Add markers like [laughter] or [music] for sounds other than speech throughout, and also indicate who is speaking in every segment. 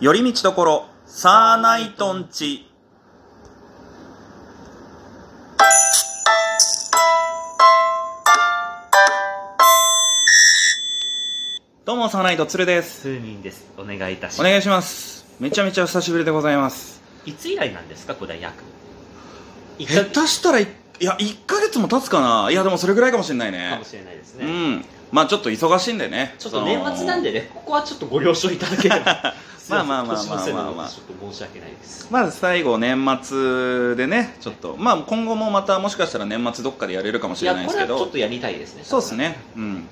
Speaker 1: 寄り道どころ、サーナイトンチ。どうも、サーナイト、つるです。
Speaker 2: 数人です。お願いいたし
Speaker 1: お
Speaker 2: ます。
Speaker 1: 願いします。めちゃめちゃ久しぶりでございます。
Speaker 2: いつ以来なんですか、これ約。一
Speaker 1: 下
Speaker 2: 回
Speaker 1: 手したらい、いや、1ヶ月も経つかな。いや、でもそれぐらいかもしれない
Speaker 2: か
Speaker 1: ね
Speaker 2: も。しれないです
Speaker 1: う
Speaker 2: ね。
Speaker 1: ん。まあちょっと忙しいんでね。
Speaker 2: ちょっと年末なん
Speaker 1: で。
Speaker 2: でね、ここはちょっとご了承いただければ。
Speaker 1: [laughs] まあまあまあまあまあまあ
Speaker 2: すいせん年のせいなのでちょっと申し訳ないです。
Speaker 1: まず最後年末でね、ちょっと、まあ今後もまたもしかしたら年末どっかでやれるかもし
Speaker 2: い
Speaker 1: れ
Speaker 2: や
Speaker 1: ない、で
Speaker 2: こ
Speaker 1: す
Speaker 2: れ
Speaker 1: け
Speaker 2: はち
Speaker 1: ど。
Speaker 2: ょっとやりたいですね。
Speaker 1: そうですね。うん。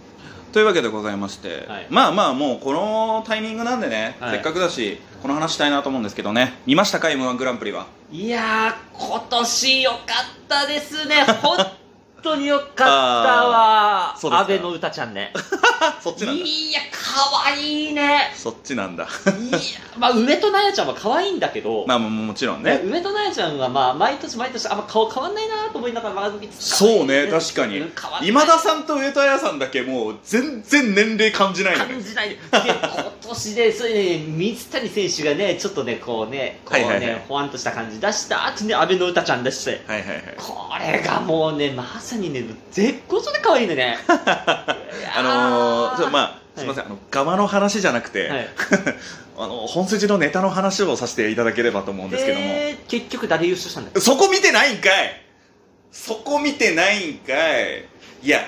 Speaker 1: というわけでございまして、
Speaker 2: はい
Speaker 1: まあまあもうこのタイミングなんでね、
Speaker 2: はい
Speaker 1: せっかくだし、この話したいなと思うんですけどね、見ましたか M1 グランプリは。
Speaker 2: いやー、今年良かったで
Speaker 1: [laughs]
Speaker 2: すね。本当に良かった
Speaker 1: あー
Speaker 2: わ
Speaker 1: そう。ですか
Speaker 2: 安倍の歌ちゃんね。
Speaker 1: あ、そっちなんだ。
Speaker 2: いや、可愛いね。
Speaker 1: そっちなんだ。 [laughs]
Speaker 2: いや、まあ、梅となやちゃんは可愛いんだけど。
Speaker 1: まあももちろん
Speaker 2: ね、
Speaker 1: ね。
Speaker 2: 梅となやちゃんは、まあ、毎年毎年あんま顔変わんないなと思いながら番組
Speaker 1: そうね、確かに。今田さんと上戸彩さんだけもう全然年齢感じないよ
Speaker 2: 感
Speaker 1: ね。
Speaker 2: じないで今年でそれね水谷選手がねちょっとねこうねこうね、
Speaker 1: はいはいはい
Speaker 2: ほわんとした感じ出した後に阿部の歌ちゃん出して
Speaker 1: はいはいはい。
Speaker 2: これがもうねまさにね絶好調で可愛い
Speaker 1: [laughs]
Speaker 2: のね
Speaker 1: あのー、ちょ
Speaker 2: あ
Speaker 1: まあ、すみません、あの、側の話じゃなくて、
Speaker 2: はい、
Speaker 1: あの、本筋のネタの話をさせていただければと思うんですけども。
Speaker 2: で結局誰優勝したんだっけ
Speaker 1: そこ見てないんかいそこ見てないんかいいや、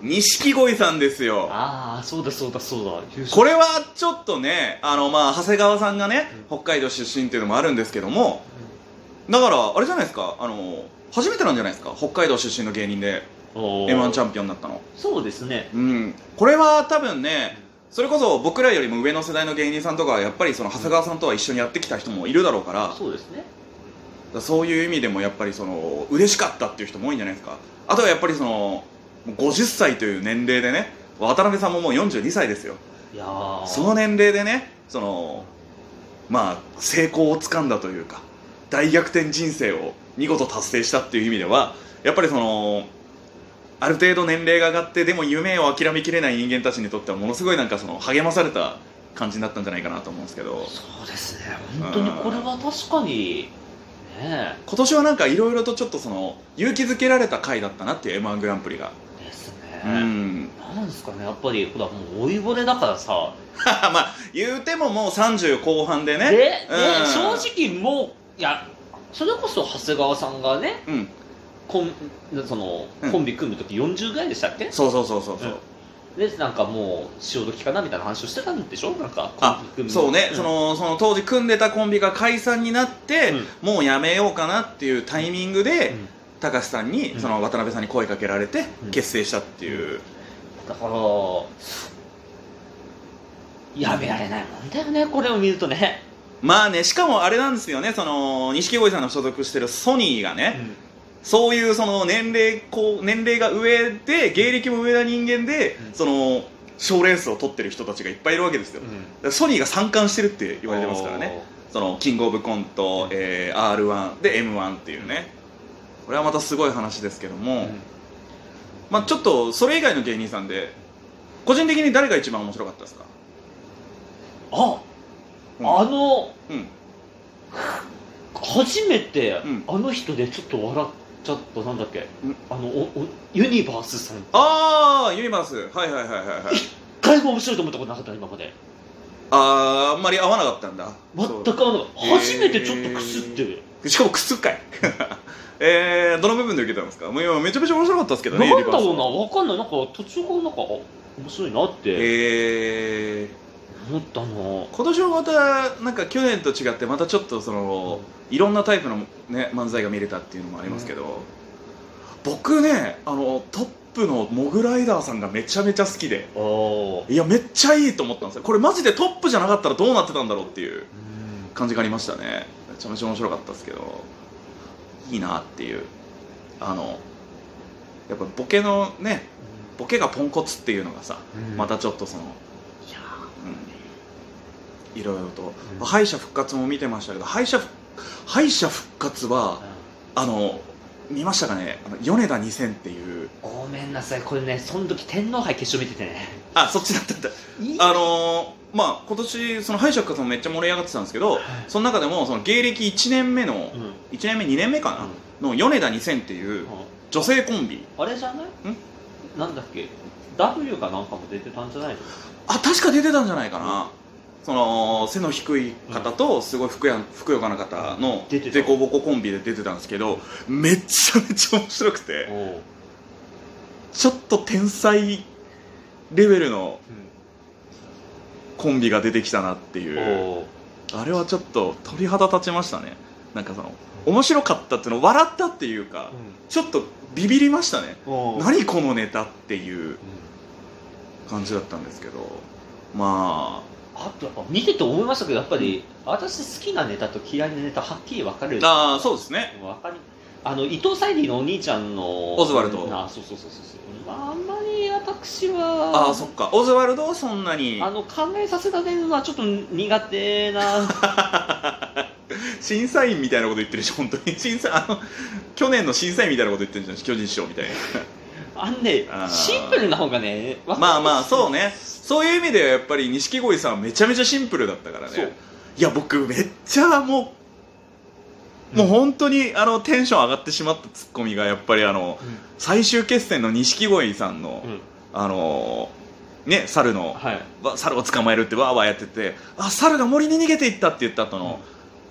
Speaker 1: 錦鯉さんですよ。
Speaker 2: ああそうだそうだそうだ優勝
Speaker 1: これはちょっとね、あの、まあ、長谷川さんがね、
Speaker 2: う
Speaker 1: 北海道出身っていうのもあるんですけども、だから、あれじゃないですか、あの、初めてなんじゃないですか、北海道出身の芸人で
Speaker 2: おー
Speaker 1: M1 チャンピオンになったの。
Speaker 2: そうですね
Speaker 1: うん。これは多分ね、それこそ僕らよりも上の世代の芸人さんとかはやっぱりその長谷川さんとは一緒にやってきた人もいるだろうから、だか
Speaker 2: そうですね
Speaker 1: らそういう意味でもやっぱりその嬉しかったっていう人も多いんじゃないですかあとはやっぱりその50歳という年齢でね渡辺さんももう42歳ですよ
Speaker 2: いやー
Speaker 1: その年齢でねそのまあ成功をつかんだというか大逆転人生を見事達成したっていう意味ではやっぱりそのある程度年齢が上がってでも夢を諦めきれない人間たちにとってはものすごいなんかその励まされた感じになったんじゃないかなと思うんですけど
Speaker 2: そうですね本当にこれは確かにね
Speaker 1: 今年はなんかいろいろとちょっとその勇気づけられた回だったなっていう m 1グランプリが、
Speaker 2: えです
Speaker 1: う
Speaker 2: ね、
Speaker 1: ん [laughs]
Speaker 2: なんですかねやっぱりほらもう老いぼれだからさ
Speaker 1: まあ言うてももう30後半で
Speaker 2: で
Speaker 1: ね
Speaker 2: で、
Speaker 1: うん
Speaker 2: 正直もういやそれこそ長谷川さんがね
Speaker 1: うん
Speaker 2: コンその
Speaker 1: うん
Speaker 2: コンビ組む時40ぐらいでしたっけ、
Speaker 1: そうそうそうそうそう
Speaker 2: でなんかもう潮時かなみたいな話をしてたんでしょなんか
Speaker 1: あ
Speaker 2: コンビ組む
Speaker 1: そうね、
Speaker 2: ん
Speaker 1: そのその当時組んでたコンビが解散になって、
Speaker 2: うん
Speaker 1: もうやめようかなっていうタイミングで、
Speaker 2: うん
Speaker 1: 高橋さんに、
Speaker 2: うん
Speaker 1: その渡辺さんに声かけられて、
Speaker 2: うん
Speaker 1: 結成したっていう、
Speaker 2: だからやめられないもんだよねこれを見るとね、
Speaker 1: まあねしかもあれなんですよねその錦鯉さんの所属してるソニーがね、
Speaker 2: うん
Speaker 1: そういうその年齢こう年齢が上で芸歴も上な人間で、
Speaker 2: うん
Speaker 1: その賞レースを取ってる人たちがいっぱいいるわけですよ、だからソニーが参観してるって言われてますからねそのキングオブコント、えー、r 1で m 1っていうねこれはまたすごい話ですけども、
Speaker 2: うん
Speaker 1: まあ、ちょっとそれ以外の芸人さんで個人的に誰が一番面白かったですか、
Speaker 2: あ、
Speaker 1: うん
Speaker 2: あの
Speaker 1: うん、
Speaker 2: 初めて、
Speaker 1: うん
Speaker 2: あの人でちょっと笑っちゃったなんだっけ、
Speaker 1: うん
Speaker 2: あのおおユニバースさん
Speaker 1: ああユニバースはいはいはいはいはい
Speaker 2: [laughs] 外も面白いと思ったことなかった今まで
Speaker 1: あーあんまり合わなかったんだ
Speaker 2: 全
Speaker 1: そう
Speaker 2: くあの
Speaker 1: へー
Speaker 2: 初めてちょっとくすって、
Speaker 1: しかもくすっかい [laughs] えー、どの部分で受けたんですかもう今めちゃめちゃ面白かったですけどね
Speaker 2: なんだろ
Speaker 1: ユニ
Speaker 2: う
Speaker 1: バ
Speaker 2: な
Speaker 1: ースは
Speaker 2: わかんないなんか途中からなんかあ面白いなって
Speaker 1: えー、
Speaker 2: 思ったの、
Speaker 1: 今年はまたなんか去年と違ってまたちょっとそのいろんなタイプの、ね、漫才が見れたっていうのもありますけど、僕ねあのトップのモグライダーさんがめちゃめちゃ好きで
Speaker 2: あー
Speaker 1: いやめっちゃいいと思ったんですよこれマジでトップじゃなかったらどうなってたんだろうっていう
Speaker 2: うん
Speaker 1: 感じがありましたねめちゃめちゃ面白かったですけどいいなっていうあのやっぱボケのねボケがポンコツっていうのがさ
Speaker 2: うん
Speaker 1: またちょっとその、
Speaker 2: いや
Speaker 1: いろいろと、
Speaker 2: うん
Speaker 1: 敗者復活も見てましたけど敗者復敗者復活はあの見ましたかねあの米田2000っていう
Speaker 2: ーごめんなさいこれねその時天皇杯決勝見ててね
Speaker 1: あそっちだったんだ
Speaker 2: いい
Speaker 1: あのーまあ今年その敗者復活もめっちゃ盛り上がってたんですけどその中でもその芸歴1年目の
Speaker 2: うんうん
Speaker 1: 1年目2年目かなの米田2000っていう女性コンビ
Speaker 2: あれじゃないなんだっけ W かなんかも出てたんじゃないの
Speaker 1: あ確か出てたんじゃないかな、その背の低い方とすごいふくやふくよかな方の
Speaker 2: 出てた
Speaker 1: 凸凹コンビで出てたんですけどめっちゃめちゃ面白くて
Speaker 2: おう
Speaker 1: ちょっと天才レベルのコンビが出てきたなっていう
Speaker 2: おう
Speaker 1: あれはちょっと鳥肌立ちましたねなんかその面白かったっていうの笑ったっていうかちょっとビビりましたね
Speaker 2: おう
Speaker 1: 何このネタっていう
Speaker 2: うん
Speaker 1: 感じだったんですけどまあ
Speaker 2: あとやっぱ見てて思いましたけどやっぱり私好きなネタと嫌いなネタはっきり分かれる
Speaker 1: ああそうですね
Speaker 2: 分かりあの伊藤沙莉のお兄ちゃんの
Speaker 1: オズワルド
Speaker 2: あそうそうそうそうまああんまり私は
Speaker 1: ああそっかオズワルドはそんなに
Speaker 2: あの考えさせられるのはちょっと苦手
Speaker 1: [laughs]
Speaker 2: な
Speaker 1: 審査員みたいなこと言ってるし本当に審査あの去年の審査員みたいなこと言ってるじゃん巨人師匠みたい
Speaker 2: あんね
Speaker 1: あー
Speaker 2: シンプルな方がね
Speaker 1: なまあまあそう
Speaker 2: ね
Speaker 1: ねそういう意味ではやっぱり錦鯉さんはめちゃめちゃシンプルだったから
Speaker 2: そう
Speaker 1: ねいや僕めっちゃもうもう本当にあのテンション上がってしまったツッコミがやっぱりあの最終決戦の錦鯉さんの、
Speaker 2: うん、うん
Speaker 1: あのね猿の
Speaker 2: はい
Speaker 1: わ猿を捕まえるってわーわーやっててあ猿が森に逃げていったって言った後の、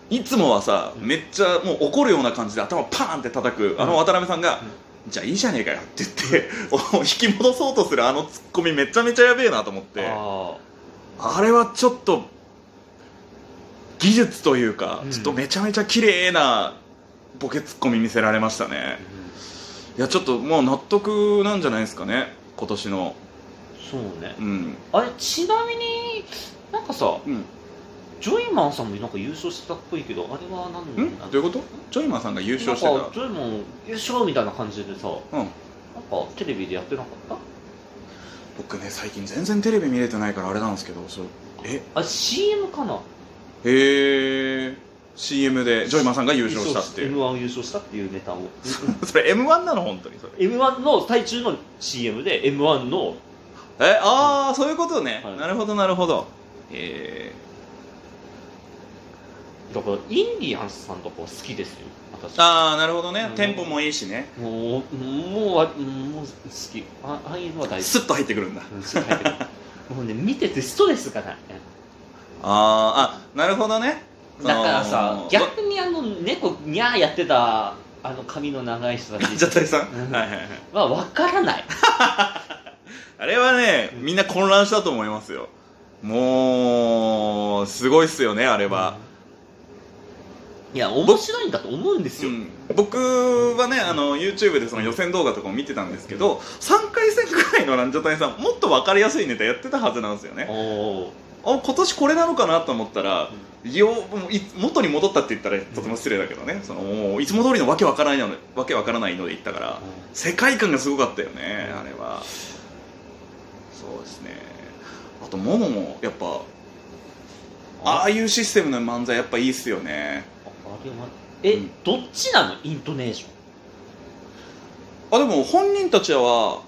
Speaker 1: いつもはさ
Speaker 2: うん
Speaker 1: めっちゃもう怒るような感じで頭パーンって叩くあの
Speaker 2: うん
Speaker 1: 渡辺さんが、じゃあいいじゃねえかよって言って、 [laughs] お引き戻そうとするあのツッコミめちゃめちゃやべえなと思ってあ
Speaker 2: あ
Speaker 1: れはちょっと技術というか、
Speaker 2: うん
Speaker 1: ちょっとめちゃめちゃ綺麗なボケツッコミ見せられましたね
Speaker 2: ー、うん
Speaker 1: いやちょっともう納得なんじゃないですかね今年の
Speaker 2: そうね
Speaker 1: うん
Speaker 2: あれちなみになんかさ
Speaker 1: うん
Speaker 2: ジョイマンさんもなんか優勝してたっぽいけどあれは何
Speaker 1: んどういうことジョイマンさんが優勝して
Speaker 2: なんか
Speaker 1: た
Speaker 2: ジョイマン優勝みたいな感じでさなんか
Speaker 1: うん
Speaker 2: テレビでやってなかっ
Speaker 1: 僕ね最近全然テレビ見れてないからあれなんですけどそうえ
Speaker 2: たあ CM かな
Speaker 1: へえ CM でジョイマンさんが優勝したっていう
Speaker 2: m 1優勝したっていうネタを
Speaker 1: それ M1 なの本当にそれ
Speaker 2: m 1の最中の CM で m 1の
Speaker 1: えああそういうことね、
Speaker 2: はい
Speaker 1: なるほどなるほどえ
Speaker 2: だからインディアンスさんとかは好きですよ私
Speaker 1: ー、ああなるほどね、
Speaker 2: うん
Speaker 1: テンポもいいしね
Speaker 2: もうもうあもう好きあああいうのは大好き
Speaker 1: スッと入ってくるんだ
Speaker 2: うん好き入ってるもうね見ててストレスがない
Speaker 1: あーあなるほどねそ
Speaker 2: だ
Speaker 1: の
Speaker 2: からさ
Speaker 1: ど
Speaker 2: 逆にあの猫にゃーやってたあの髪の長い人た
Speaker 1: じゃあ
Speaker 2: ち
Speaker 1: 鳥さん、
Speaker 2: うん
Speaker 1: [laughs] はいはいはい
Speaker 2: は分からない
Speaker 1: あれはね
Speaker 2: うん
Speaker 1: みんな混乱したと思いますよもうすごいっすよねあれは、
Speaker 2: いや面白いんだと思うんですよ、
Speaker 1: うん僕はねあの YouTube でその予選動画とかも見てたんですけど3回戦くらいのランジャタイさんもっと分かりやすいネタやってたはずなんですよね
Speaker 2: おー
Speaker 1: あ今年これなのかなと思ったらよもうい元に戻ったって言ったらとても失礼だけどねそのもういつも通りのわけわからないのわけわからないので言ったから世界観がすごかったよねあれはそうですねあともももやっぱああいうシステムの漫才やっぱいいっすよね
Speaker 2: あれはえ、
Speaker 1: うん
Speaker 2: どっちなのイントネーション
Speaker 1: あでも本人たちは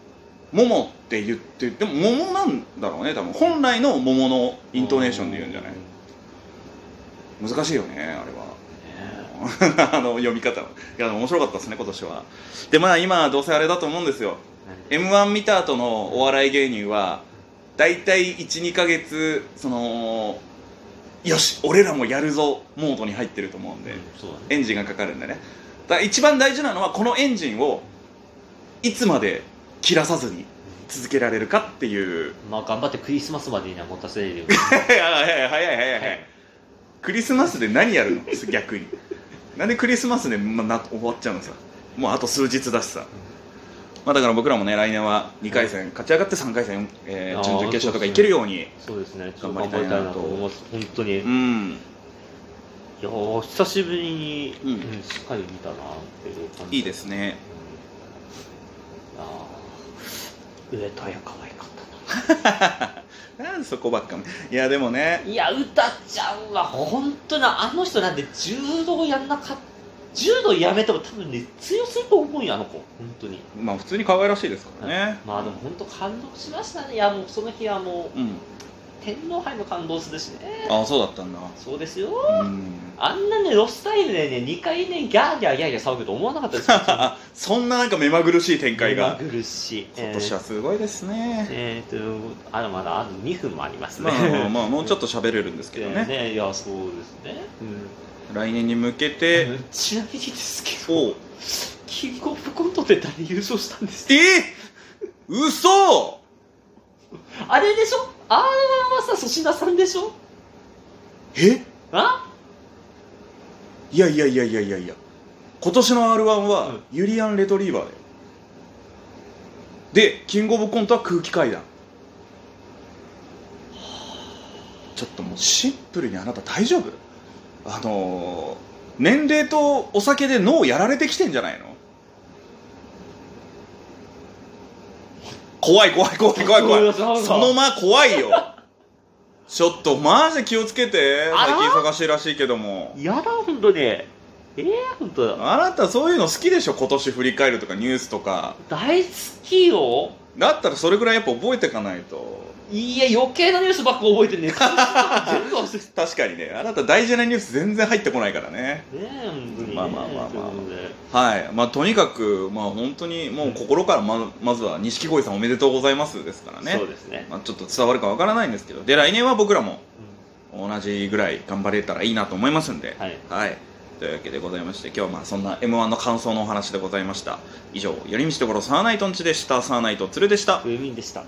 Speaker 1: 「もも」って言ってでも「もも」なんだろうね多分本来の「もも」のイントネーションで言うんじゃない
Speaker 2: ね
Speaker 1: 難しいよねあれは [laughs] あの読み方はいやでも面白かったですね今年はでまあ今どうせあれだと思うんですよ
Speaker 2: え
Speaker 1: m 1見た後のお笑い芸人は大体12ヶ月そのよし俺らもやるぞモードに入ってると思うんで、
Speaker 2: うんそうだね
Speaker 1: エンジンがかかるんでねだから一番大事なのはこのエンジンをいつまで切らさずに続けられるかっていう
Speaker 2: まあ頑張ってクリスマスまでには持たせ
Speaker 1: [laughs]
Speaker 2: れるよ
Speaker 1: 早い早い早い早い、クリスマスで何やるの逆になんでクリスマスで、まな終わっちゃうのさもうあと数日だしさ、まあ、だから僕らもね来年は2回戦勝ち上がって3回戦、えー
Speaker 2: あー
Speaker 1: 準々決勝とかいけるように
Speaker 2: そうですねちょ
Speaker 1: 頑
Speaker 2: っと
Speaker 1: 張りたい
Speaker 2: 頑張りたい
Speaker 1: な
Speaker 2: な
Speaker 1: と
Speaker 2: と思います本当に、
Speaker 1: う
Speaker 2: い
Speaker 1: ん
Speaker 2: やー久しぶりに、
Speaker 1: うん
Speaker 2: うんしっかり見たなっていう感じ
Speaker 1: いいですね
Speaker 2: ああ上戸彩可愛かった
Speaker 1: なんでそこばっかいやでもね
Speaker 2: ないや歌ちゃんは本当なあの人なんて柔道やんなかっ柔道やめても多分ね通用すると思うよあの子本当に
Speaker 1: まあ普通に可愛らしいですからね
Speaker 2: まあでも本当感動しましたねいやもうその日はもう
Speaker 1: うん
Speaker 2: 天皇杯も感動するしね
Speaker 1: ああそうだったんだ
Speaker 2: そうですよ
Speaker 1: うん
Speaker 2: あんなねロスタイムでね2回ねギャーギャーギャーギャー騒ぐと思わなかったですよ [laughs]
Speaker 1: あそんななんか目まぐるしい展開が
Speaker 2: 目まぐるしい
Speaker 1: 今年はすごいですね、
Speaker 2: えー、えーとあらまだあと2分もありますね
Speaker 1: まあまあまあもうちょっと喋れるんですけどね、
Speaker 2: ねいやそうですね、うん
Speaker 1: 来年に向けて、
Speaker 2: ちなみにですけど
Speaker 1: おう
Speaker 2: キングオブコントで誰優勝したんですか
Speaker 1: えー、嘘
Speaker 2: あれでしょ r 1はさ粗品さんでしょ
Speaker 1: え
Speaker 2: あ
Speaker 1: いやいやいやいやいやいや今年の r 1
Speaker 2: う
Speaker 1: は
Speaker 2: ん
Speaker 1: ユリアン・レトリーバーだよでキングオブコントは空気階段ちょっともうシンプルにあなた大丈夫あのー年齢とお酒で脳やられてきてんじゃないの怖い怖い怖い怖い怖いそのま怖いよちょっとマジで気をつけて
Speaker 2: あ
Speaker 1: 最
Speaker 2: ら
Speaker 1: 近忙しいらしいけども
Speaker 2: やだ本当にええー、本当だ
Speaker 1: あなたそういうの好きでしょ今年振り返るとかニュースとか
Speaker 2: 大好きよ
Speaker 1: だったらそれぐらいやっぱ覚えていかないと
Speaker 2: いや余計なニュースばっか覚えてんね全部忘れて
Speaker 1: 確かにねあなた大事なニュース全然入ってこないからね
Speaker 2: たね本当にね
Speaker 1: まあまあまあまあ
Speaker 2: ということで
Speaker 1: はいまあとにかくまあ本当にもう心からままずは錦鯉さんおめでとうございますですからね
Speaker 2: そうですね、
Speaker 1: まあ、ちょっと伝わるかわからないんですけどで来年は僕らも同じぐらい頑張れたらいいなと思いますんで
Speaker 2: うんはい
Speaker 1: はい。というわけでございまして、今日はまあそんな M1 の感想のお話でございました。以上、寄り道ところサーナイトンチでした。サーナイトツルでした。
Speaker 2: 冬眠でした